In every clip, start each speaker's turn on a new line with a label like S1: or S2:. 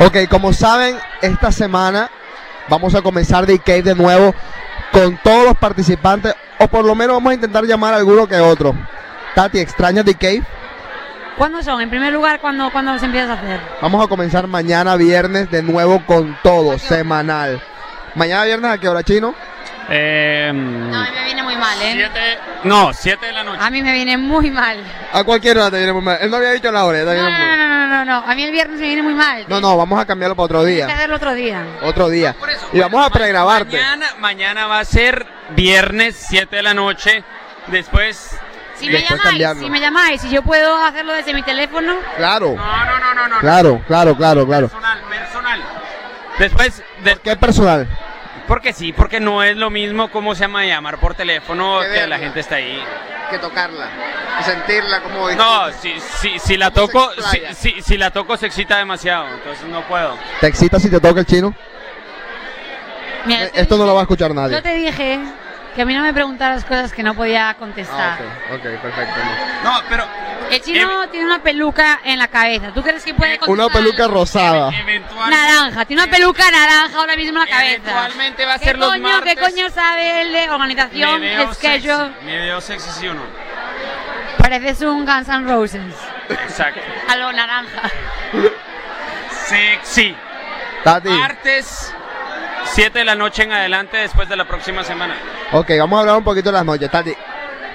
S1: Ok, como saben, esta semana vamos a comenzar The Cave de nuevo con todos los participantes, o por lo menos vamos a intentar llamar a alguno que otro. Tati, ¿extrañas The Cave?
S2: ¿Cuándo son? En primer lugar, ¿cuándo, cuándo se empieza a hacer?
S1: Vamos a comenzar mañana viernes de nuevo con todo, semanal. Mañana viernes a qué hora, chino?
S3: Eh,
S2: No, a mí me viene muy mal, ¿eh?
S3: siete, no, 7 de la
S4: Ah,
S3: noche.
S2: A mí me viene muy mal.
S1: A cualquier hora te viene muy mal. Él no había dicho la hora. ya te
S2: No,
S1: viene
S2: no,
S1: muy-
S2: no, no, no, no, no. A mí el viernes me viene muy mal.
S1: No, no, vamos a cambiarlo para otro
S2: Hay que
S1: día.
S2: hacerlo otro día.
S1: Otro día.
S3: Por eso,
S1: Y vamos a
S3: ma-
S1: pregrabarte.
S3: Mañana, mañana va a ser viernes 7 de la noche. Después.
S2: Si
S1: Y
S2: me
S1: después
S2: llamáis,
S1: cambiarlo.
S2: si me llamáis, si yo puedo hacerlo desde mi teléfono,
S1: Claro,
S3: No, no, no, no, no.
S1: claro, claro, claro, claro.
S3: Personal, personal. Después, de-
S1: ¿Qué personal?
S3: porque sí, porque no es lo mismo como se llama llamar por teléfono
S4: Que
S3: que,
S4: verla.
S3: la gente está ahí.
S4: que tocarla, que sentirla como
S3: No,
S4: disfruta.
S3: si, si, si la
S4: ¿Cómo se
S3: toco, si,
S4: explaya?
S3: si- si la toco se excita demasiado, entonces no puedo.
S1: ¿Te excitas si te toca el chino?
S2: mira,
S1: Eh,
S2: yo te
S1: Esto no
S2: dije-
S1: lo va a escuchar nadie.
S2: Yo te dije que a mí no me preguntaras cosas que no podía
S1: Ah,
S2: contestar.
S1: ok, ok, perfecto.
S3: No, pero
S2: El chino tiene una peluca en la cabeza. ¿Tú crees que puede contestar?
S1: Una peluca
S4: Ah.
S1: rosada.
S3: eventualmente.
S2: Naranja, tiene una peluca naranja ahora mismo en la cabeza.
S3: Eventualmente va a
S2: ¿Qué
S3: ser los
S2: coño,
S3: martes.
S2: ¿Qué coño sabe él de
S3: Me
S2: organización,
S3: veo sexy,
S2: schedule?
S3: me veo sexy, sí o no.
S2: Pareces un Guns N' Roses.
S3: Exacto.
S2: A lo naranja.
S3: Sexy.
S1: Tati,
S3: Martes, 7 de la noche en adelante, después de la próxima semana.
S1: ok, vamos a hablar un poquito de las noches. Tati,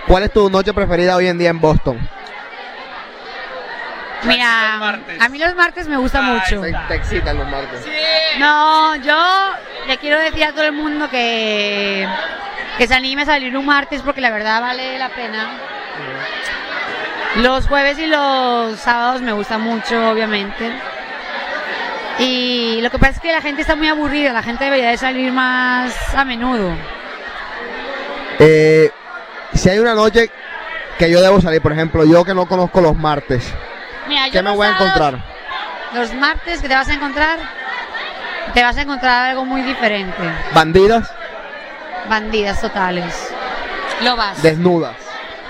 S1: ¿cuál es tu noche preferida hoy en día en Boston?
S2: Mira,
S3: los martes.
S2: a mí los martes me gusta
S3: Ay,
S2: mucho.
S3: sí.
S4: Te excitan los martes.
S2: No, yo le quiero decir a todo el mundo que, que se anime a salir un martes porque la verdad vale la pena. Los jueves y los sábados me gusta mucho, obviamente. Y lo que pasa es que la gente está muy aburrida, la gente debería de salir más a menudo.
S1: Eh, si hay una noche que yo debo salir, por ejemplo, yo que no conozco los martes,
S2: Mira, yo
S1: ¿qué me
S2: los
S1: voy a
S2: sábados-
S1: encontrar?
S2: Los martes que te vas a encontrar, te vas a encontrar algo muy diferente.
S1: Bandidas,
S2: Bandidas totales. Lobas.
S1: desnudas.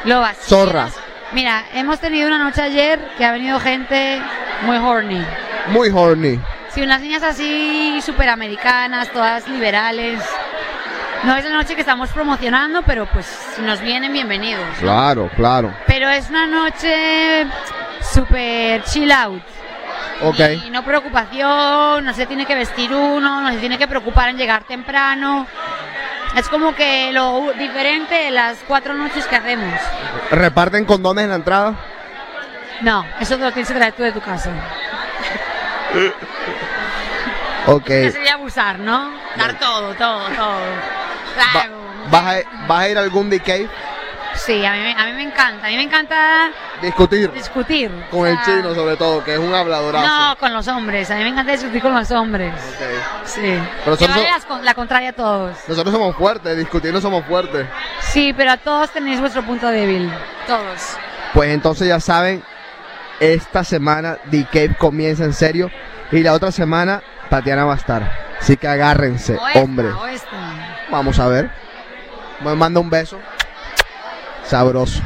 S2: Lobas.
S1: Zorras.
S2: Mira, hemos tenido una noche ayer que ha venido gente muy horny.
S1: Muy horny.
S2: Sí, unas niñas así superamericanas, todas liberales. No es la noche que estamos promocionando, pero pues si nos vienen, bienvenidos.
S1: Claro, claro.
S2: Pero es una noche super chill out.
S1: Ok.
S2: Y no preocupación, no se tiene que vestir uno, no se tiene que preocupar en llegar temprano. Es como que lo u- diferente de las cuatro noches que hacemos.
S1: ¿Reparten condones en la entrada?
S2: No, eso te lo tienes que traer tú de tu casa.
S1: Ok.
S2: Eso sería abusar, ¿no? Dar todo, todo, todo.
S1: Va-
S2: Claro.
S1: ¿Vas a, vas a ir a algún decay?
S2: Sí, a mí, me- a mí me encanta. A mí me encanta
S1: Discutir.
S2: discutir.
S1: Con
S2: O
S1: el
S2: sea,
S1: chino, sobre todo, que es un habladorazo.
S2: Ah. No, con los hombres. A mí me encanta discutir con los hombres.
S1: Ok.
S2: Sí.
S1: Pero son-
S2: Llevarle las con- la contraria a todos.
S1: Nosotros somos fuertes, discutir no somos fuertes.
S2: Sí, pero a todos tenéis vuestro punto débil. Todos.
S1: Pues entonces ya saben, esta semana The Cave comienza en serio y la otra semana Tatiana va a estar. Así que agárrense,
S2: O esta,
S1: hombres.
S2: o esta.
S1: Vamos a ver. Me manda un beso. Sabroso.